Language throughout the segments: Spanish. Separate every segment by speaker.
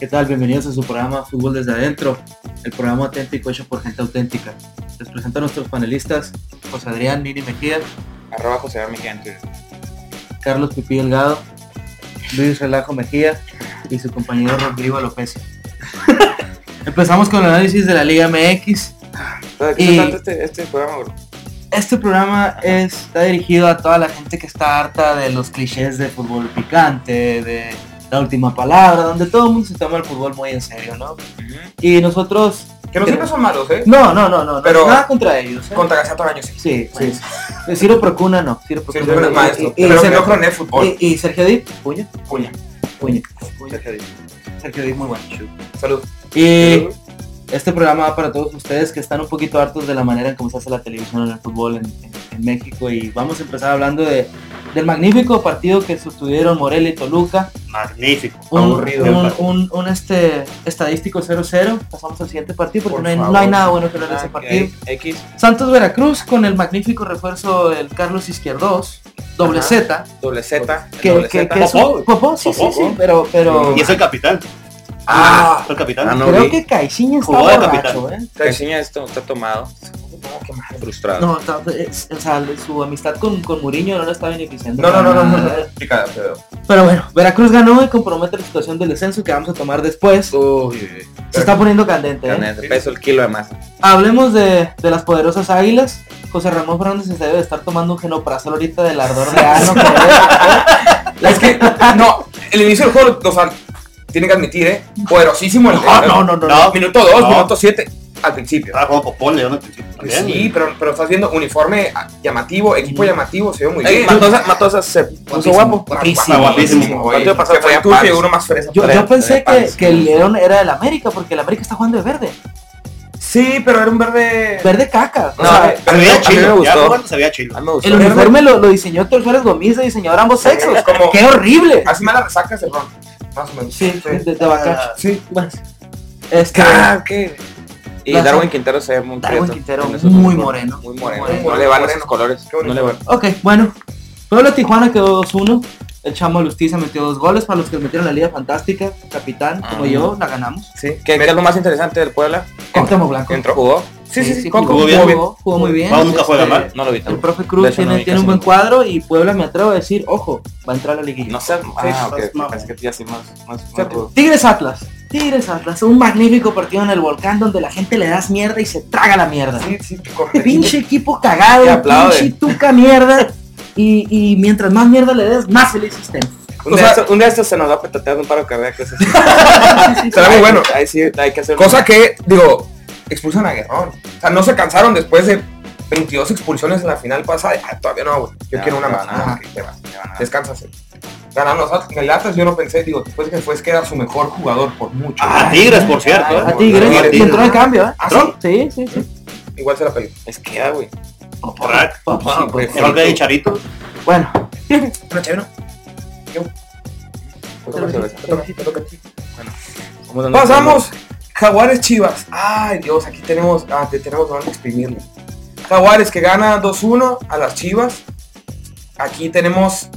Speaker 1: ¿Qué tal? Bienvenidos a su programa Fútbol desde adentro, el programa auténtico hecho por gente auténtica. Les presento a nuestros panelistas, José Adrián Nini Mejía,
Speaker 2: Arroba José Damián Mejía en Twitter.
Speaker 1: Carlos Pipí Delgado, Luis Relajo Mejía y su compañero Rodrigo López. Empezamos con el análisis de la Liga MX.
Speaker 2: Entonces, ¿qué
Speaker 1: Y-
Speaker 2: tanto este, este programa, bro?
Speaker 1: Este programa está dirigido a toda la gente que está harta de los clichés de fútbol picante, de la última palabra, donde todo el mundo se toma el fútbol muy en serio, ¿no? Y nosotros...
Speaker 2: Que no siempre son malos, ¿eh?
Speaker 1: No, no, no, no, no,
Speaker 2: Pero-
Speaker 1: nada contra ellos. ¿eh?
Speaker 2: Contra Gazato Años, sí.
Speaker 1: Sí, sí. sí. Ciro Procuna no. Ciro
Speaker 2: Sí,
Speaker 1: Procuna
Speaker 2: pero
Speaker 1: no.
Speaker 2: es maestro.
Speaker 1: Y, y- y
Speaker 2: Pero que no
Speaker 1: Sergio,
Speaker 2: con el fútbol.
Speaker 1: y- y Sergio Dip, puño,
Speaker 2: Puña.
Speaker 1: puño.
Speaker 2: Sergio Díaz.
Speaker 1: Sergio Dip, muy bueno.
Speaker 2: Salud.
Speaker 1: Y este programa va para todos ustedes que están un poquito hartos de la manera en cómo se hace la televisión en el fútbol en, en- en México. Y vamos a empezar hablando de, del magnífico partido que sostuvieron Morelia y Toluca.
Speaker 3: Magnífico.
Speaker 1: Un,
Speaker 2: Aburrido el
Speaker 1: Un,
Speaker 3: partido.
Speaker 1: un- un, este, estadístico 0-0. Pasamos al siguiente partido porque
Speaker 2: Por
Speaker 1: no hay,
Speaker 2: favor.
Speaker 1: no hay nada bueno que hablar de
Speaker 2: Ah,
Speaker 1: ese
Speaker 2: ok.
Speaker 1: partido.
Speaker 2: X,
Speaker 1: Santos Veracruz con el magnífico refuerzo del Carlos Izquierdos, doble
Speaker 2: Ajá.
Speaker 1: Z.
Speaker 2: doble Z,
Speaker 1: que,
Speaker 2: doble
Speaker 1: que-
Speaker 2: Z.
Speaker 1: que es un-
Speaker 3: Popó.
Speaker 1: Popó, sí,
Speaker 3: Popó.
Speaker 1: sí, sí, pero, pero
Speaker 3: Y es el capitán.
Speaker 2: Ah,
Speaker 3: Es el capitán.
Speaker 4: Ah, no
Speaker 1: creo
Speaker 4: vi.
Speaker 1: que Caixinha está
Speaker 3: Jugó de
Speaker 1: borracho, ¿eh?
Speaker 2: Caixinha esto está tomado. No, qué mal. Frustrado.
Speaker 1: No, está- es- o sea, su amistad con, con Muriño no la está beneficiando.
Speaker 2: No, no, no, no, no,
Speaker 1: para
Speaker 2: no,
Speaker 1: nada.
Speaker 2: no. Picada, pero.
Speaker 1: Pero bueno, Veracruz ganó y compromete la situación del descenso que vamos a tomar después.
Speaker 2: Uy,
Speaker 1: Se está poniendo candente, ¿eh?
Speaker 2: el peso, el kilo de masa.
Speaker 1: Hablemos de, de las poderosas águilas. José Ramón Fernández se debe de estar tomando un genoprazol ahorita del ardor de ano. que debe-
Speaker 2: Es que, no, el inicio del juego, o sea, tienen que admitir, ¿eh? Poderosísimo el
Speaker 1: No, Ah, no, no, no. no.
Speaker 3: No.
Speaker 2: Minuto 2,
Speaker 3: No. Ah,
Speaker 2: minuto 7, al principio.
Speaker 3: Estaba jugando Popó, le dio una atención
Speaker 2: Pues
Speaker 3: también.
Speaker 2: sí, pero, pero estás viendo uniforme ah, llamativo, equipo llamativo, se ve muy
Speaker 5: Mm. Ey,
Speaker 2: bien.
Speaker 5: Matosas, Matosas se puso guapo.
Speaker 2: Guapísimo,
Speaker 3: guapísimo,
Speaker 2: güey.
Speaker 5: Partido pasado
Speaker 2: Que fue
Speaker 5: traía
Speaker 2: un tupe,
Speaker 5: palos.
Speaker 2: uno más fresa.
Speaker 1: Yo,
Speaker 2: Traía-
Speaker 1: yo pensé
Speaker 2: traía
Speaker 1: que,
Speaker 2: palos.
Speaker 1: que el León era del América porque el América está jugando de verde.
Speaker 2: Sí, pero era un verde...
Speaker 1: Verde caca. O
Speaker 2: No,
Speaker 1: sea,
Speaker 2: eh,
Speaker 3: Se veía
Speaker 5: a mí me
Speaker 3: chido. Ya
Speaker 5: gustó.
Speaker 3: jugando se veía chido.
Speaker 5: A mí me
Speaker 1: El
Speaker 5: gustó.
Speaker 1: uniforme lo, lo diseñó Héctor Suárez Gómez, de diseñador ambos sexos.
Speaker 2: Es como- Ah,
Speaker 1: ¡Qué horrible!
Speaker 2: Así me la resacas el ron. Más o menos.
Speaker 1: Sí, de, de vaca.
Speaker 2: Sí.
Speaker 1: Bueno, este,
Speaker 2: Ah, qué-
Speaker 5: Y
Speaker 1: Las-
Speaker 5: Darwin Quintero se ve muy
Speaker 1: Darwin
Speaker 5: prieto.
Speaker 1: Quintero,
Speaker 5: Tiene su-
Speaker 1: muy moreno.
Speaker 5: Muy moreno.
Speaker 1: Muy
Speaker 5: No le van
Speaker 2: moreno.
Speaker 5: esos colores.
Speaker 2: Qué bonito.
Speaker 5: No le van.
Speaker 1: Ok, bueno. Puebla Tijuana quedó 2-1. El chamo Lustiza metió dos goles para los que metieron la Liga Fantástica. Capitán, como
Speaker 5: Ah.
Speaker 1: yo, la ganamos.
Speaker 2: Sí.
Speaker 5: ¿Qué, qué es lo más interesante del Puebla?
Speaker 1: Cuauhtémoc Blanco.
Speaker 2: Entró.
Speaker 5: ¿Jugó?
Speaker 2: Sí, sí, sí.
Speaker 1: jugó,
Speaker 2: Coco,
Speaker 3: jugó
Speaker 2: muy bien.
Speaker 1: jugó- jugó muy bien.
Speaker 3: Pau nunca juega
Speaker 1: Este,
Speaker 3: mal.
Speaker 5: No lo vi
Speaker 1: El
Speaker 5: tampoco.
Speaker 1: profe
Speaker 5: De
Speaker 1: Cruz
Speaker 5: hecho, no
Speaker 1: tiene,
Speaker 5: vi
Speaker 1: tiene un
Speaker 5: casi
Speaker 1: buen
Speaker 5: ninguno.
Speaker 1: cuadro y Puebla me atrevo a decir, ojo, va a entrar a la liguilla.
Speaker 5: No sé.
Speaker 3: Sí,
Speaker 5: Ah, ok.
Speaker 3: estás mamón.
Speaker 5: Es que ya sí más. más,
Speaker 2: Sí.
Speaker 5: más rudo.
Speaker 1: Tigres Atlas. Tigres Atlas. Un magnífico partido en el volcán donde la gente le das mierda y se traga la mierda.
Speaker 2: Sí, sí,
Speaker 1: Este
Speaker 2: correcto.
Speaker 1: pinche equipo cagado,
Speaker 5: Te aplaude.
Speaker 1: pinche tuca mierda. Y, y mientras más mierda le des, más feliz estén.
Speaker 5: Un,
Speaker 2: O
Speaker 5: día
Speaker 2: sea-
Speaker 5: esto- un día esto se nos va a petatear de un paro cardíaco. eso sí.
Speaker 2: Será muy bueno.
Speaker 5: Ahí sí hay que hacer un-
Speaker 2: Cosa que, digo, expulsan a Guerrón. O sea, no se cansaron después de 22 expulsiones en la final pasada. Ah, todavía no, güey. Yo
Speaker 5: No,
Speaker 2: quiero una
Speaker 5: no,
Speaker 2: más. Ah,
Speaker 5: no,
Speaker 2: No,
Speaker 1: no.
Speaker 2: ok, te vas.
Speaker 5: Ya van a-
Speaker 2: Descansas. Ganamos en el Atlas yo no pensé, digo, después de que fue que era su mejor jugador por mucho.
Speaker 5: Ah.
Speaker 3: A Tigres, por cierto.
Speaker 1: A Tigres,
Speaker 3: A
Speaker 1: y entró de cambio, ¿eh?
Speaker 2: ¿Ah, sí?
Speaker 1: Sí, sí, sí.
Speaker 2: Igual se la peleó.
Speaker 5: Es que ya, güey.
Speaker 3: Crack.
Speaker 1: Pues,
Speaker 2: Ah,
Speaker 1: sí, pues,
Speaker 2: pues,
Speaker 3: Error de Charito.
Speaker 1: Bueno,
Speaker 2: Bueno, chévere, ¿no?
Speaker 5: Pues, pues, pues, pues, vamos dando-
Speaker 2: Pasamos. Jaguares Chivas. Ay, Dios, aquí tenemos, ah, te tenemos donde exprimirlo. Jaguares que gana 2-1 a las Chivas. Aquí tenemos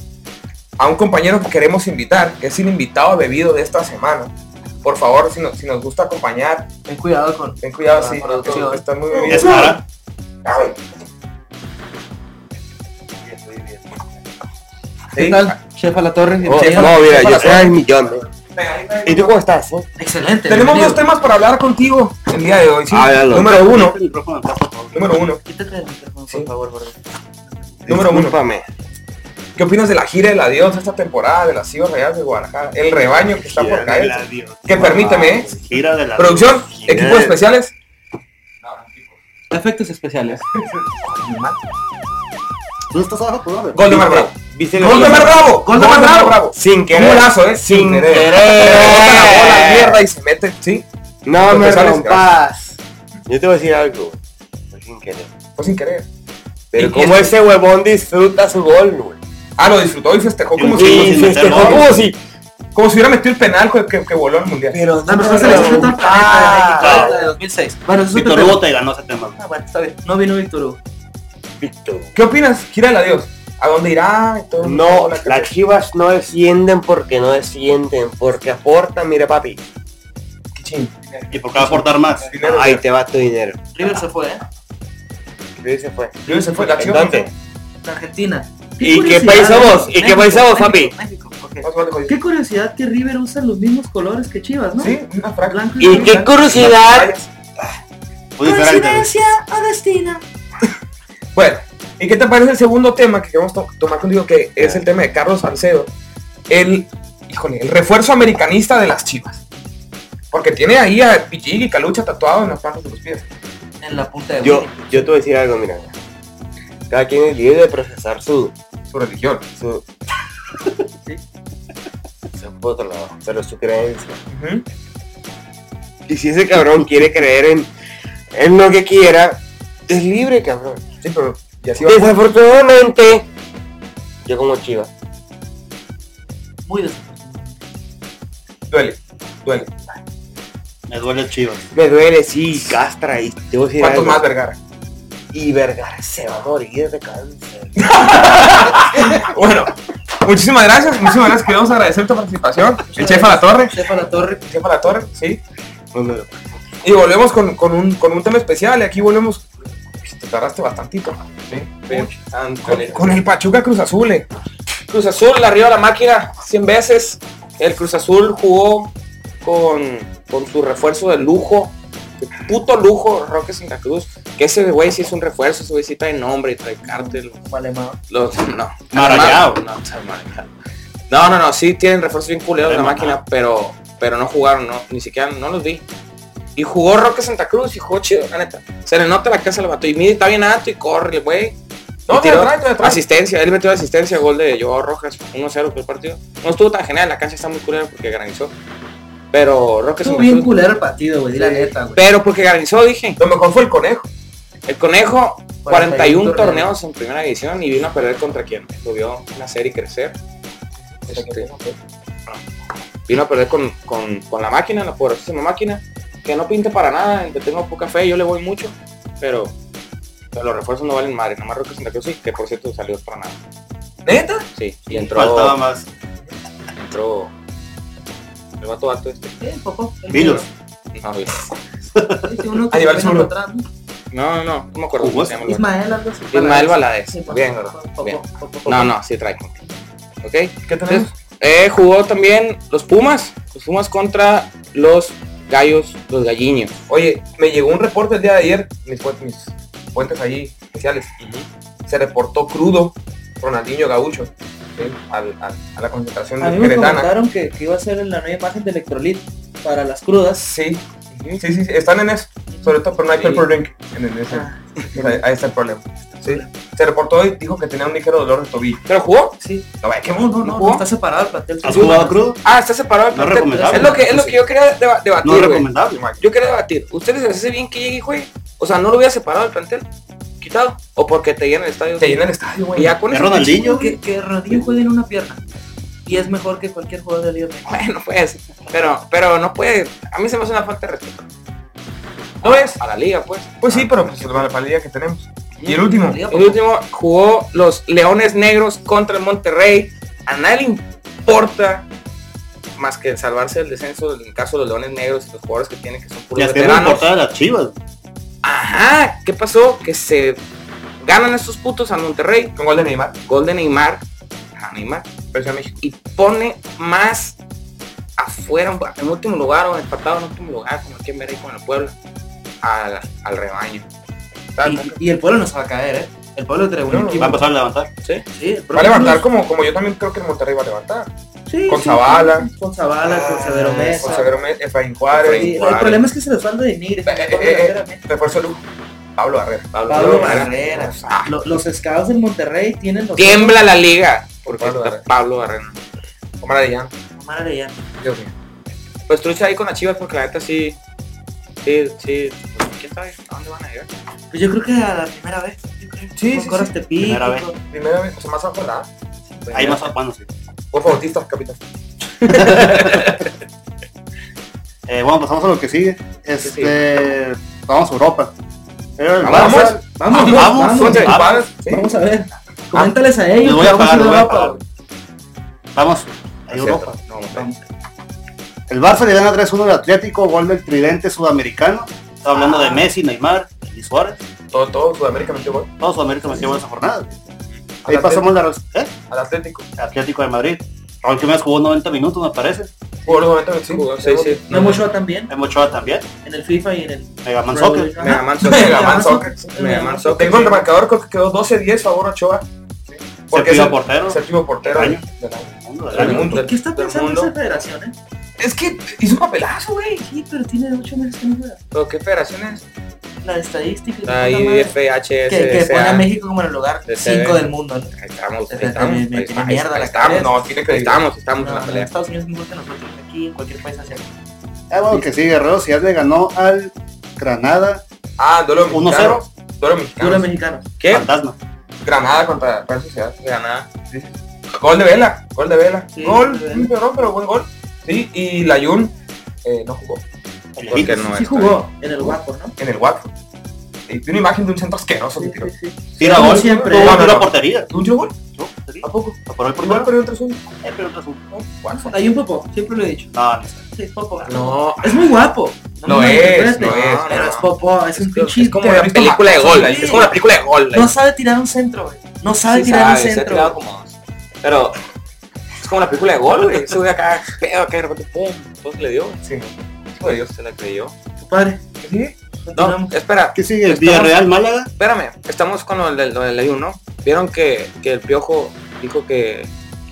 Speaker 2: a un compañero que queremos invitar, que es el invitado bebido de esta semana. Por favor, si nos, si nos gusta acompañar,
Speaker 1: ten cuidado con.
Speaker 2: ten cuidado,
Speaker 1: Ah,
Speaker 2: sí,
Speaker 1: producción.
Speaker 2: están muy
Speaker 3: Es
Speaker 2: bebidos.
Speaker 3: cara.
Speaker 2: Ay,
Speaker 1: ¿Qué
Speaker 2: sí.
Speaker 1: tal? Chef a la torre.
Speaker 4: Oh,
Speaker 1: bienvenido.
Speaker 4: no, mira, yo soy el millón. ¿no?
Speaker 2: Pegadita ahí.
Speaker 5: ¿Y tú cómo estás? eh?
Speaker 1: Excelente.
Speaker 2: Tenemos
Speaker 1: bienvenido.
Speaker 2: dos temas para hablar contigo el día de hoy. sí.
Speaker 4: Ah, ya lo-
Speaker 2: número uno,
Speaker 3: El micrófono atrás, por favor.
Speaker 2: número uno,
Speaker 1: Quítate el micrófono,
Speaker 2: Sí.
Speaker 1: por favor, bro.
Speaker 2: número uno.
Speaker 4: Discúlpame.
Speaker 2: ¿Qué opinas de la gira del adiós esta temporada de las Chivas Reales de Guadalajara? El rebaño que está por
Speaker 3: Gira de
Speaker 2: caer.
Speaker 3: la Dios.
Speaker 2: Que permíteme, ¿eh?
Speaker 3: Gira de la
Speaker 2: Producción,
Speaker 3: Dios.
Speaker 2: equipos especiales.
Speaker 1: Efectos especiales.
Speaker 3: ¿Tú estás abajo? ¿Puedo ver?
Speaker 2: Gol de Mar Bravo.
Speaker 5: ¿Viste el-
Speaker 2: Gol de Mar Bravo. Gol de Mar Bravo.
Speaker 4: Sin
Speaker 2: Un
Speaker 4: querer.
Speaker 2: golazo, ¿eh?
Speaker 4: Sin querer.
Speaker 2: Rebota la bola a mierda y se mete, ¿sí?
Speaker 4: No
Speaker 2: Los
Speaker 4: me
Speaker 2: especiales,
Speaker 4: rompas. Yo te voy a decir algo. Fue sin querer.
Speaker 2: Fue sin querer.
Speaker 4: Pero
Speaker 2: Y
Speaker 4: como
Speaker 2: este-
Speaker 4: ese huevón disfruta su gol, güey.
Speaker 2: Ah, lo disfrutó y festejó como
Speaker 3: Sí,
Speaker 2: si,
Speaker 4: Y
Speaker 3: sin
Speaker 4: se
Speaker 3: meter
Speaker 4: festejó
Speaker 3: gol.
Speaker 4: como si.
Speaker 2: como si hubiera metido el penal que, que- que voló al mundial.
Speaker 4: Pero
Speaker 1: La mejor
Speaker 4: me
Speaker 1: selección del
Speaker 4: rompas.
Speaker 1: planeta, la de 2006. Bueno, eso es otro
Speaker 3: Víctor
Speaker 1: tema.
Speaker 3: Hugo te ganó ese tema.
Speaker 1: Ah, bueno, está bien. No vino Víctor Hugo.
Speaker 4: Víctor.
Speaker 2: ¿Qué opinas? Gira del adiós. ¿A dónde irá? Y todo.
Speaker 4: No, las chivas no defienden porque no defienden, porque aportan, mire papi,
Speaker 2: machín.
Speaker 3: Y por cada aportar más.
Speaker 2: Dinero,
Speaker 4: Ahí te va tu dinero.
Speaker 1: River se fue, ¿eh?
Speaker 4: Luis se fue.
Speaker 2: River se fue, la chiva
Speaker 4: ¿Dónde?
Speaker 1: De Argentina.
Speaker 4: ¿Y qué
Speaker 1: curiosidad, ¿eh?
Speaker 4: país somos?
Speaker 1: México,
Speaker 4: ¿Y qué país somos,
Speaker 1: México,
Speaker 4: papi?
Speaker 1: México, ok.
Speaker 2: Más vale, joder.
Speaker 1: Qué curiosidad que River usa los mismos colores que Chivas, ¿no?
Speaker 2: Sí, una franja.
Speaker 1: Blanco
Speaker 4: ¿Y
Speaker 1: azul.
Speaker 4: qué curiosidad?
Speaker 3: Muy diferente.
Speaker 1: o destino.
Speaker 2: Bueno, ¿y qué te parece el segundo tema que queremos to- tomar contigo, que es el tema de Carlos Salcedo? El, híjole, el refuerzo americanista de las chivas. Porque tiene ahí a Pichig y Calucha tatuado en las plantas de los pies.
Speaker 1: En la punta de
Speaker 4: Yo, yo te voy a decir algo, mira. Cada quien es libre de procesar su...
Speaker 2: Su religión.
Speaker 4: su... Eso por otro lado, pero su creencia.
Speaker 2: Ujú.
Speaker 4: Y si ese cabrón quiere creer en, en lo que quiera, es libre, cabrón.
Speaker 2: Sí, pero y así va.
Speaker 4: Desafortunadamente, yo como chiva.
Speaker 1: Muy desafortunado.
Speaker 2: Duele, duele.
Speaker 3: Me duele chivas.
Speaker 4: Me duele, sí, castra y te voy a decir
Speaker 2: ¿Cuántos
Speaker 4: algo.
Speaker 2: más, Vergara?
Speaker 4: Y Vergara se va a morir de cáncer.
Speaker 2: Bueno, muchísimas gracias, muchísimas gracias. Queremos agradecer tu participación. El chef a la torre.
Speaker 1: Chefa La Torre.
Speaker 2: El chef a la torre, sí.
Speaker 4: Bueno,
Speaker 2: Y volvemos con, con un, con un tema especial. Y aquí volvemos. pues, Te tardaste bastantito. Sí. Con, con el Pachuca Cruz Azul. eh.
Speaker 5: Cruz Azul arriba de la máquina 100 veces. El Cruz Azul jugó con, con su refuerzo de lujo. de puto lujo, Roque Santa Cruz. Que ese güey sí es un refuerzo, ese güey sí trae nombre y trae cártel.
Speaker 1: Vale, ma.
Speaker 5: Los, no.
Speaker 3: Marallao.
Speaker 5: No, o sea, Marallao. no, no, no, sí tienen refuerzos bien culeados en la
Speaker 3: Pero
Speaker 5: máquina, pero, pero no jugaron, no, ni siquiera no los vi. Y jugó Roque Santa Cruz y jugó chido, la neta. Se le nota la casa al vato. Y mide, está bien alto y corre, el güey.
Speaker 2: No,
Speaker 5: Y
Speaker 2: te
Speaker 5: tiró
Speaker 2: atrae, te atrae.
Speaker 5: Asistencia, él metió asistencia, gol de Joao Rojas, 1-0 que el partido. No estuvo tan genial, la cancha está muy culera porque granizó. Pero Roque
Speaker 1: Estuvo
Speaker 5: Santa
Speaker 1: bien
Speaker 5: Cruz.
Speaker 1: culero el partido, güey. Di la neta, güey.
Speaker 5: Pero porque granizó, dije.
Speaker 2: Lo mejor fue el conejo.
Speaker 5: El conejo,
Speaker 1: 41
Speaker 5: 41
Speaker 1: torneos.
Speaker 5: torneos en primera división y vino a perder contra quien lo vio nacer y crecer. Este, vino a perder con, con- con la máquina, la poderosísima máquina, que no pinta para nada, le tengo poca fe, yo le voy mucho, pero, pero los refuerzos no valen madre, nada más Roque Santa Cruz sí, que por cierto salió para nada,
Speaker 2: ¿Neta?
Speaker 5: sí, y
Speaker 3: Faltaba
Speaker 5: entró,
Speaker 3: más.
Speaker 5: entró el vato alto este,
Speaker 1: Eh, poco.
Speaker 3: Vilos.
Speaker 5: no, güey.
Speaker 1: Sí, uno que
Speaker 2: Ah, llevar
Speaker 1: viene
Speaker 2: solo.
Speaker 1: atrás, ¿no?
Speaker 5: no, no, no, no me acuerdo cómo se llama el vato.
Speaker 1: Ismael, algo así.
Speaker 5: Ismael Valadez,
Speaker 1: Sí, poco,
Speaker 5: bien,
Speaker 1: poco,
Speaker 5: gordo,
Speaker 1: poco,
Speaker 5: bien,
Speaker 1: poco, poco.
Speaker 5: no, no, sí trae, ok,
Speaker 2: ¿Qué tenemos?
Speaker 5: Eh, jugó también los Pumas, los Pumas contra los Gallos, los Galliños.
Speaker 2: Oye, me llegó un reporte el día de ayer, mis, fu- mis fuentes ahí especiales. Se reportó crudo Ronaldinho Gaucho ¿sí? al- al- a la concentración
Speaker 1: A mí me
Speaker 2: queretana.
Speaker 1: comentaron que, que iba a ser la nueva imagen de Electrolit para las crudas.
Speaker 2: Sí, sí, sí, sí, están en eso. Sobre todo, pero no hay
Speaker 5: Sí.
Speaker 2: purple drink en, en ese.
Speaker 1: Ah,
Speaker 2: O sea, ahí está el problema. Sí. Se reportó y dijo que tenía un ligero dolor de tobillo.
Speaker 5: ¿Pero jugó?
Speaker 1: sí.
Speaker 2: No, vaya, qué mono, no,
Speaker 1: No,
Speaker 2: no.
Speaker 1: está separado el plantel.
Speaker 3: ¿Has jugado crudo?
Speaker 5: Ah, está separado el
Speaker 3: No
Speaker 5: plantel.
Speaker 3: recomendable.
Speaker 5: Es lo que, es lo que yo quería deba- debatir,
Speaker 3: No es
Speaker 5: güey.
Speaker 3: recomendable.
Speaker 5: Yo quería debatir. ¿Ustedes les hace bien que llegue y juegue? O sea, ¿no lo hubiera separado el plantel? ¿Quitado? ¿O porque te llena el estadio?
Speaker 2: Te llena el estadio,
Speaker 5: Y
Speaker 2: güey.
Speaker 5: ya con
Speaker 3: Es
Speaker 5: eso-
Speaker 3: Ronaldinho.
Speaker 1: Que, que Rodrigo juegue en una pierna. Y es mejor que cualquier jugador de Liga Mexicana.
Speaker 5: Bueno, pues. Pero, pero no puede. A mí se me hace una falta de respeto.
Speaker 2: ¿No ves?
Speaker 5: A la liga, pues.
Speaker 2: Pues sí, pero pues la palilla que tenemos. Y el último.
Speaker 1: Liga,
Speaker 5: El último jugó los Leones Negros contra el Monterrey. A nadie le importa más que salvarse del descenso en el caso de los Leones Negros y los jugadores que tienen que son
Speaker 3: Y
Speaker 5: puros
Speaker 3: hasta era
Speaker 5: veteranos.
Speaker 3: portada de las chivas.
Speaker 5: Ajá, ¿qué pasó? Que se ganan estos putos al Monterrey.
Speaker 2: Con gol de Neymar.
Speaker 5: Gol de Neymar. Ajá, Neymar.
Speaker 2: Precio a México.
Speaker 5: Y pone más afuera, en último lugar o empatado en último lugar, como quien ver ahí con el pueblo, al, al rebaño.
Speaker 1: Y, y el pueblo no se va a caer, ¿eh? El pueblo trae un
Speaker 2: Ah, No, no,
Speaker 1: equipo.
Speaker 3: Va a empezar a levantar.
Speaker 5: ¿Sí?
Speaker 1: Sí, el
Speaker 2: Va a
Speaker 1: pueblo-
Speaker 2: levantar como, como yo también creo que el Monterrey va a levantar.
Speaker 1: Sí,
Speaker 2: con
Speaker 1: sí,
Speaker 2: Zavala. Ah,
Speaker 1: Con Zavala, con Severo Mesa.
Speaker 2: Con Severo Mesa, Efraín
Speaker 1: Sí,
Speaker 2: Juárez.
Speaker 1: el problema es que se los falta de Nigre.
Speaker 2: Eh, eh, eh, eh, refuerzo de lujo. Pablo Barrera.
Speaker 1: Pablo
Speaker 5: Barrera. Ah,
Speaker 1: Barrera.
Speaker 2: eh.
Speaker 1: Lo- los escados del Monterrey tienen los.
Speaker 5: Tiembla la liga. Porque
Speaker 2: Pablo
Speaker 5: está
Speaker 2: Barrera.
Speaker 5: Pablo Barrera.
Speaker 2: Omar Arellano.
Speaker 1: Omar Arellano.
Speaker 2: Dios mío.
Speaker 5: Pues trucha ahí con las chivas porque la neta sí. Sí, sí. pues, ¿Quién sabe a dónde van a llegar?
Speaker 1: Pues yo creo que a la primera vez. Yo creo.
Speaker 2: Sí,
Speaker 1: Con
Speaker 2: sí,
Speaker 1: Coras
Speaker 2: sí.
Speaker 1: Tepic,
Speaker 3: Primera
Speaker 1: con-
Speaker 3: vez.
Speaker 2: Primera vez, o sea, más abajo, ¿verdad?
Speaker 3: Ahí más apando, sí.
Speaker 2: Por Bautista, capitán.
Speaker 3: Eh, bueno, pasamos a lo que sigue. Este, Vamos a Europa. Pero
Speaker 2: Vamos,
Speaker 3: Barça-
Speaker 2: vamos,
Speaker 3: vamos,
Speaker 2: con tus
Speaker 3: vamos.
Speaker 2: padres, sí.
Speaker 1: Vamos a ver.
Speaker 2: Ah.
Speaker 1: Coméntales a ellos.
Speaker 3: Les voy
Speaker 1: que
Speaker 3: a
Speaker 1: vamos
Speaker 3: pagar,
Speaker 1: ir
Speaker 3: les voy a
Speaker 1: Europa,
Speaker 3: pagar. Vamos a
Speaker 2: Es cierto,
Speaker 3: Europa.
Speaker 2: no, no.
Speaker 1: güey. Vamos.
Speaker 3: El Barça le gana 3-1 al Atlético, gol del tridente sudamericano. Estaba hablando de Messi, Neymar y Suárez.
Speaker 2: Todo, todo Sudamérica metió gol.
Speaker 3: Todo Sudamérica metió gol esa jornada. Ahí
Speaker 2: Al
Speaker 3: pasamos la... ¿eh?
Speaker 2: Al Atlético.
Speaker 3: Atlético de Madrid. Raúl Jiménez jugó 90 minutos, me parece.
Speaker 2: Por el momento sí.
Speaker 5: Jugó seis, siete.
Speaker 2: No,
Speaker 1: No mucho también,
Speaker 3: Memo Ochoa también.
Speaker 1: en el FIFA y en el...
Speaker 3: Mega Man Soccer.
Speaker 1: Ajá.
Speaker 5: Megaman Soccer.
Speaker 2: Megaman Soccer.
Speaker 5: Megaman Soccer.
Speaker 2: Tengo el remarcador creo que quedó 12-10 favor Ochoa.
Speaker 3: Porque
Speaker 2: es
Speaker 3: el
Speaker 2: el
Speaker 3: portero.
Speaker 2: séptimo portero
Speaker 3: Año.
Speaker 2: del año.
Speaker 3: Mundo del
Speaker 5: Del
Speaker 3: año.
Speaker 5: mundo.
Speaker 1: ¿Qué está
Speaker 5: Del
Speaker 1: pensando
Speaker 5: mundo.
Speaker 1: esa federación, eh?
Speaker 2: Es que hizo un papelazo, güey.
Speaker 1: Sí, pero tiene 8 meses que no juega.
Speaker 5: ¿Pero ¿Qué federación es?
Speaker 1: La estadística y la
Speaker 5: La
Speaker 1: puta madre. que,
Speaker 5: IFHS.
Speaker 1: que pone a México como en el lugar
Speaker 5: De
Speaker 1: 5
Speaker 5: CB.
Speaker 1: del mundo, ¿no?
Speaker 5: Ahí estamos, ahí
Speaker 1: Me-
Speaker 5: estamos.
Speaker 1: me-
Speaker 5: ahí
Speaker 1: me
Speaker 5: está-
Speaker 1: tiene
Speaker 5: ahí
Speaker 1: mierda la
Speaker 5: estamos,
Speaker 1: cabeza.
Speaker 5: no, tiene que estamos, estamos en la
Speaker 1: No, en
Speaker 5: pelea.
Speaker 1: Estados Unidos es mejor que nosotros, aquí en cualquier país asiático.
Speaker 3: Ah, bueno, que sí, Guerrero Ciudad le ganó al Granada
Speaker 2: Ah, duelo
Speaker 3: 1-0.
Speaker 2: mexicano. Duelo
Speaker 1: Puro
Speaker 2: mexicano.
Speaker 1: mexicano.
Speaker 5: ¿Qué?
Speaker 3: Fantasma.
Speaker 2: Granada contra Real Sociedad.
Speaker 5: Ganada.
Speaker 2: Gol de Vela. Gol de Vela.
Speaker 1: Sí,
Speaker 2: gol.
Speaker 1: gol de Vela.
Speaker 2: Un peor, pero buen gol. Sí, y Layun eh, no jugó.
Speaker 5: Porque no
Speaker 1: sí
Speaker 5: está
Speaker 1: jugó en el guapo, ¿no?
Speaker 2: En el Watford. Y tiene una imagen de un centro asqueroso que
Speaker 1: Sí,
Speaker 2: tiró.
Speaker 1: sí, sí.
Speaker 3: Tira
Speaker 1: Como
Speaker 3: gol.
Speaker 1: siempre.
Speaker 3: Tuvo
Speaker 2: No,
Speaker 3: un
Speaker 2: no,
Speaker 3: tiro a
Speaker 2: no.
Speaker 3: portería.
Speaker 2: ¿Tú un gol?
Speaker 3: Tuvo portería.
Speaker 2: ¿A poco?
Speaker 3: Por el
Speaker 2: Igual
Speaker 3: primero.
Speaker 2: perdió 3-1.
Speaker 3: Eh, pero otro es un-
Speaker 2: Watford.
Speaker 1: Hay un popo, siempre lo he dicho.
Speaker 3: No, no sé.
Speaker 1: Sí, es popo.
Speaker 2: No,
Speaker 1: Es muy guapo.
Speaker 2: Lo
Speaker 1: me
Speaker 2: es,
Speaker 1: interprete,
Speaker 2: lo es,
Speaker 1: Pero
Speaker 2: no.
Speaker 1: es popo, es un pinche.
Speaker 5: Es como una
Speaker 1: terrorista.
Speaker 5: película de gol, es como una película de gol.
Speaker 1: No sabe tirar un centro, güey. No sabe
Speaker 5: Sí
Speaker 1: tirar
Speaker 5: sabe,
Speaker 1: un
Speaker 5: se ha tirado
Speaker 1: centro.
Speaker 5: como dos. Pero es como la película de gol, güey. Sube acá, pedo acá, de repente, pum, todo se le dio.
Speaker 2: sí.
Speaker 5: Hijo de Dios, se la creyó.
Speaker 1: Tu padre.
Speaker 2: ¿Sí?
Speaker 5: No,
Speaker 1: Continuamos.
Speaker 5: espera,
Speaker 3: ¿Qué sigue?
Speaker 5: Estamos-
Speaker 3: Villarreal, Málaga.
Speaker 5: espérame. Estamos con lo del, lo del Ayun, ¿no? Vieron que, que el Piojo dijo que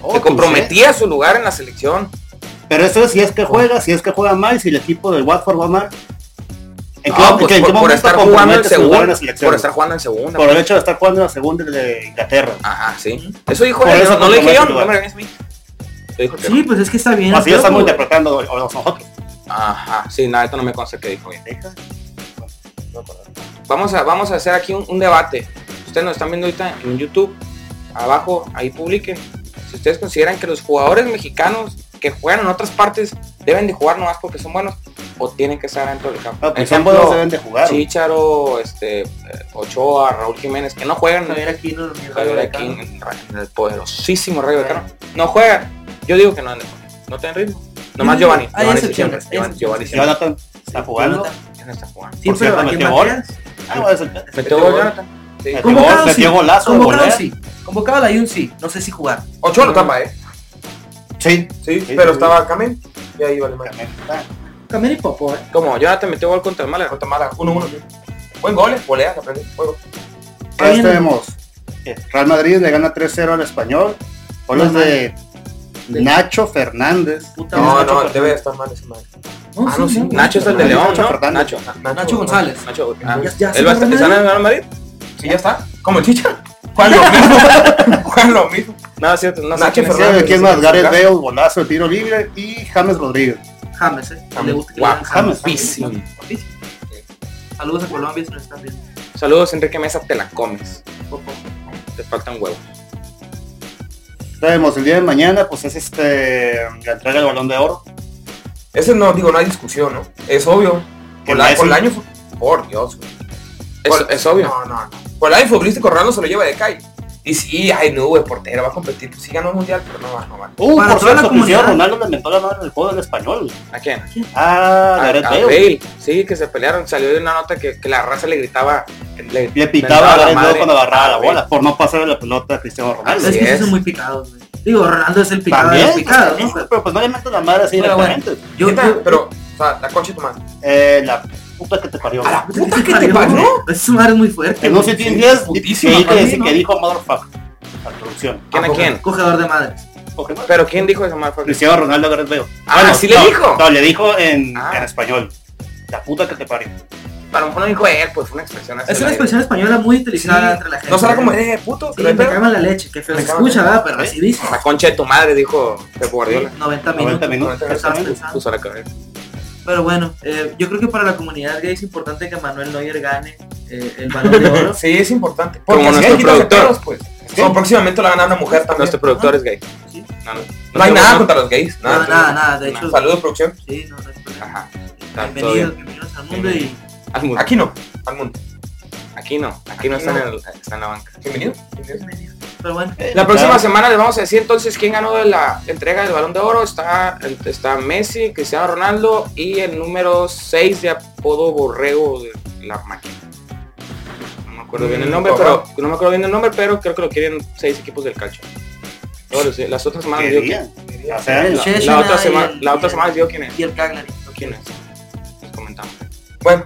Speaker 3: Oh,
Speaker 5: se
Speaker 3: pues,
Speaker 5: comprometía su lugar en la selección.
Speaker 3: eh. Pero eso es si es que juega, si es que juega mal, si el equipo del Watford va mal. ¿En
Speaker 5: No,
Speaker 3: qué- en
Speaker 5: pues,
Speaker 3: qué- en qué
Speaker 5: por, por
Speaker 3: momento
Speaker 5: estar jugando en
Speaker 3: compromete su lugar en
Speaker 5: segunda.
Speaker 3: la selección?
Speaker 5: Por estar jugando en segunda.
Speaker 3: Por el hecho de estar jugando en la segunda de Inglaterra.
Speaker 5: Ajá, sí. Eso dijo
Speaker 3: Por
Speaker 5: él,
Speaker 3: eso
Speaker 5: no, no lo dije yo,
Speaker 3: compromete
Speaker 5: no
Speaker 3: su
Speaker 5: me regañes a mí. Lo dijo el Piojo.
Speaker 1: Sí, pues es que está bien.
Speaker 3: Así lo
Speaker 1: el
Speaker 3: estamos
Speaker 1: popo, güey.
Speaker 3: interpretando o- o nosotros.
Speaker 5: Ajá, sí, nada, esto no me consta que dijo bien.
Speaker 3: Deja.
Speaker 5: Vamos a, vamos a hacer aquí un, un debate. Ustedes nos están viendo ahorita en YouTube. Abajo, ahí publiquen. Si ustedes consideran que los jugadores mexicanos que juegan en otras partes deben de jugar nomás porque son buenos o tienen que estar dentro del campo.
Speaker 3: No, pues ambos no se
Speaker 5: Ejemplo,
Speaker 3: deben de jugar.
Speaker 5: Chicharo, este, eh, Ochoa, Raúl Jiménez, que no juegan en el,
Speaker 1: Javier Aquino, mi
Speaker 5: Javier
Speaker 1: Rayo
Speaker 5: Aquino,
Speaker 1: Vallecano.
Speaker 5: en el poderosísimo Rayo Vallecano. No juegan. Yo digo que no, no, no tienen ritmo. Nomás Giovanni.
Speaker 1: Hay
Speaker 5: Giovanni
Speaker 1: excepciones,
Speaker 5: Sichel,
Speaker 1: hay
Speaker 5: Giovanni- Giovanni
Speaker 1: excepciones.
Speaker 5: Sichel.
Speaker 3: Jonathan está jugando.
Speaker 5: Ya no está jugando.
Speaker 1: Este, Sí,
Speaker 3: Por
Speaker 1: pero
Speaker 3: cierto,
Speaker 1: ¿a quién
Speaker 3: metió gol.
Speaker 1: bateas?
Speaker 3: Ah, bueno, es-
Speaker 5: Metió gol Jonathan. Sí.
Speaker 3: metió
Speaker 1: Convocado,
Speaker 3: gol, metió
Speaker 1: sí.
Speaker 3: golazo,
Speaker 1: Convocado
Speaker 3: golea.
Speaker 1: sí. Convocado a la Yun sí. No sé si jugar.
Speaker 2: Ochoa lo tapa, ¿eh?
Speaker 3: Sí.
Speaker 2: Sí,
Speaker 3: Sí,
Speaker 2: pero
Speaker 3: sí.
Speaker 2: estaba Kamen y ahí vale mal.
Speaker 3: también está.
Speaker 1: También y popo, eh.
Speaker 5: Como Jonathan metió gol contra el Málaga.
Speaker 2: Contra Málaga, 1-1. Buen gol, eh, volea, la prende. Buen gol.
Speaker 3: ¿Qué
Speaker 1: Ahí
Speaker 3: más
Speaker 1: en-
Speaker 3: tenemos? Eh, Real Madrid le gana 3-0 al español. Goles de Nacho Fernández.
Speaker 1: Puta
Speaker 2: No,
Speaker 1: madre.
Speaker 2: no, debe estar mal ese mal. Ah, no, sí.
Speaker 5: Nacho es el de
Speaker 3: Nacho
Speaker 5: León, ¿no?
Speaker 3: Fernández.
Speaker 5: Nacho.
Speaker 1: Nacho González.
Speaker 5: Nacho. ah,
Speaker 1: Ya- ya se
Speaker 5: Él va a
Speaker 1: fue
Speaker 5: estar
Speaker 1: a
Speaker 5: ¿está en
Speaker 1: Madrid.
Speaker 5: el Real Madrid.
Speaker 2: Sí, ya está. Como el chicha. Juegan lo mismo. Juegan lo mismo.
Speaker 5: No, es cierto. No sé
Speaker 2: Nacho
Speaker 5: quién es.
Speaker 2: Fernández.
Speaker 3: Sí, ¿Quién más?
Speaker 2: sí,
Speaker 3: Gareth
Speaker 2: sí.
Speaker 3: Bale, golazo, tiro libre y James Rodríguez.
Speaker 1: James, eh.
Speaker 2: James.
Speaker 1: Le gusta que le
Speaker 5: Guau,
Speaker 1: digan James.
Speaker 5: guapísimo.
Speaker 1: Guapísimo. Saludos a Colombia si nos están viendo.
Speaker 5: Saludos, Enrique Mesa, te la comes.
Speaker 1: Popo.
Speaker 5: Te faltan huevos.
Speaker 3: Tenemos el día de mañana, pues es este la entrega del balón de oro.
Speaker 2: Ese no, digo, no hay discusión, ¿no? Es obvio. Por,
Speaker 3: ¿El
Speaker 2: la,
Speaker 3: Messi?
Speaker 2: por el año... fu- Por Dios, güey.
Speaker 5: Es,
Speaker 2: Por-
Speaker 5: es obvio.
Speaker 2: No, no, no. Por el año futbolístico, Ronaldo se lo lleva de calle. Y sí, ay, no, güey, portero, va a competir. Pues sí, ganó el mundial, pero no va, no va.
Speaker 3: Uh,
Speaker 1: Para
Speaker 3: por
Speaker 1: toda la
Speaker 3: cierto, Cristiano
Speaker 1: comunidad.
Speaker 3: Ronaldo le mentó la madre del juego del español.
Speaker 5: ¿A quién?
Speaker 3: Ah,
Speaker 5: A,
Speaker 3: Gareth
Speaker 5: a
Speaker 3: Bale.
Speaker 5: Bale. Sí, que se pelearon. Salió de una nota que, que la raza le gritaba. que le-
Speaker 3: Le
Speaker 5: Mentaba
Speaker 3: pitaba a
Speaker 5: la
Speaker 3: Gareth
Speaker 5: madre
Speaker 3: Bale cuando agarraba
Speaker 5: a
Speaker 3: la
Speaker 5: Bale.
Speaker 3: bola por no pasar la pelota a Cristiano Ronaldo.
Speaker 5: Así
Speaker 1: es que sí
Speaker 5: es.
Speaker 1: son muy picados, güey. Digo, Ronaldo es el picado de
Speaker 3: También,
Speaker 1: los picados,
Speaker 3: también,
Speaker 1: ¿no? Pero
Speaker 3: pero pues no le meto la madre así
Speaker 1: Pero bueno.
Speaker 3: directamente.
Speaker 1: Yo,
Speaker 2: Neta,
Speaker 1: yo-
Speaker 2: pero, o sea, la concha de tu madre.
Speaker 3: Eh, la puta que te parió.
Speaker 2: A la
Speaker 1: puta,
Speaker 2: puta
Speaker 1: ¿qué
Speaker 2: que te
Speaker 1: parió?
Speaker 2: parió.
Speaker 1: Ese madre es muy fuerte.
Speaker 3: En un
Speaker 1: güey.
Speaker 3: sitio inglés,
Speaker 2: putísima
Speaker 3: que,
Speaker 2: para
Speaker 3: que,
Speaker 2: mí, ¿no?
Speaker 3: que dijo motherfucker. La traducción.
Speaker 5: ¿Quién a
Speaker 2: Ah,
Speaker 5: quién?
Speaker 1: Cogedor de madres.
Speaker 3: ¿Por qué no?
Speaker 5: Pero ¿quién dijo eso, motherfucker?
Speaker 3: Cristiano Ronaldo a Gareth Bale.
Speaker 5: Ah, ¿sí le
Speaker 3: no,
Speaker 5: dijo?
Speaker 3: No, le dijo en,
Speaker 5: Ah.
Speaker 3: en español. La puta que te parió.
Speaker 5: A lo mejor no dijo él, pues fue una expresión así.
Speaker 1: Es
Speaker 5: al
Speaker 1: una
Speaker 5: aire.
Speaker 1: expresión española muy utilizada
Speaker 2: Sí.
Speaker 1: entre la gente.
Speaker 2: No será como, eh, puto,
Speaker 1: Sí,
Speaker 2: pero hay
Speaker 1: me
Speaker 2: pedo.
Speaker 1: cago en la leche, que feo
Speaker 2: Me
Speaker 1: se
Speaker 2: cago en
Speaker 1: escucha,
Speaker 2: la-
Speaker 1: ¿verdad? Pero así dice.
Speaker 5: La concha de tu madre, dijo Pep Guardiola.
Speaker 1: 90
Speaker 3: 90
Speaker 1: minutos.
Speaker 3: minutos.
Speaker 1: ¿qué estabas
Speaker 3: exactamente.
Speaker 1: pensando?
Speaker 5: Puso la cabeza.
Speaker 1: Pero bueno, eh, yo creo que para la comunidad gay es importante que Manuel Neuer gane eh, el balón de oro.
Speaker 2: Sí, es importante.
Speaker 5: Como
Speaker 2: Porque así
Speaker 5: nuestro
Speaker 2: hay quitas de
Speaker 5: productor.
Speaker 2: pedos, pues. Como próximamente la gana una mujer también.
Speaker 5: Nuestro productor es gay.
Speaker 1: Sí.
Speaker 5: No, no, no
Speaker 2: No hay
Speaker 5: tengo-
Speaker 2: nada contra los gays.
Speaker 1: nada,
Speaker 2: Nada,
Speaker 1: nada, nada. De hecho,
Speaker 2: Saludos, producción.
Speaker 1: Sí, no, no hay problema.
Speaker 5: Ajá. todo
Speaker 1: Bienvenidos, bienvenidos al mundo y
Speaker 5: Al mundo.
Speaker 2: Aquí no, al mundo.
Speaker 5: Aquí no, aquí no
Speaker 2: Aquí
Speaker 5: están,
Speaker 2: no.
Speaker 5: En, el- están en la banca.
Speaker 2: Bienvenido. bienvenido.
Speaker 1: bienvenidos. Pero bueno.
Speaker 2: La próxima semana les vamos a decir entonces quién ganó de la entrega del balón de oro. Está, está Messi, Cristiano Ronaldo y el número 6 de apodo borrego de la máquina. No me acuerdo bien el
Speaker 4: Mm,
Speaker 2: nombre, pero no me acuerdo bien el nombre, pero creo que lo quieren seis equipos del calcio. Ahora sí, las otras semanas digo quién.
Speaker 3: Querían. Hace años.
Speaker 1: Sí.
Speaker 2: La, la otra semana, la otra semana les digo quién es.
Speaker 1: Y el Cagliari.
Speaker 2: ¿Quién es? Les comentamos.
Speaker 4: Bueno,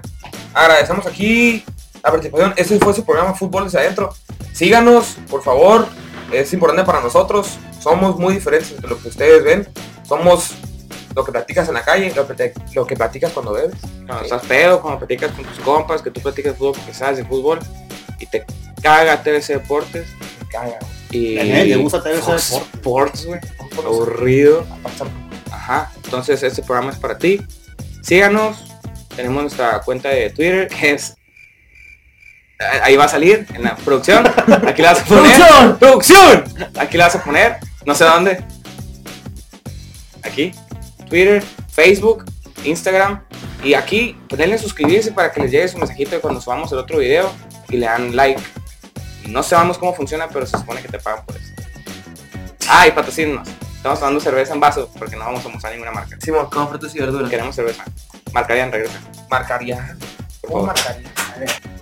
Speaker 4: agradecemos aquí la participación. Este fue su programa Fútbol desde adentro. Síganos, por favor. Es importante para nosotros. Somos muy diferentes de lo que ustedes ven. Somos lo que platicas en la calle, lo que, te- lo que platicas cuando bebes.
Speaker 2: Cuando estás pedo, cuando platicas con tus compas, que tú platicas fútbol porque sabes de fútbol y te caga TVC Deportes.
Speaker 4: Me caga.
Speaker 2: Y
Speaker 3: A nadie le gusta TVC
Speaker 2: Fox
Speaker 3: Deportes.
Speaker 2: Sports, güey. Aburrido.
Speaker 4: Aparte,
Speaker 2: Ajá. Entonces este programa es para ti. Síganos. Tenemos nuestra cuenta de Twitter que es. Ahí va a salir en la producción. Aquí la vas a poner.
Speaker 1: ¡Producción!
Speaker 2: ¡Producción! Aquí la vas a poner. No sé dónde. Aquí. Twitter, Facebook, Instagram. Y aquí, pues denle suscribirse para que les llegue su mensajito de cuando subamos el otro video y le dan like. No sabemos cómo funciona, pero se supone que te pagan por eso. Ah, y patrocínanos. Estamos tomando cerveza en vaso porque no vamos a mostrar ninguna marca.
Speaker 4: Simón,
Speaker 1: Con frutas y verduras.
Speaker 2: Queremos cerveza. Marcarían, regresa.
Speaker 4: marcaría.
Speaker 2: Por favor.
Speaker 4: ¿Cómo marcaría? A ver.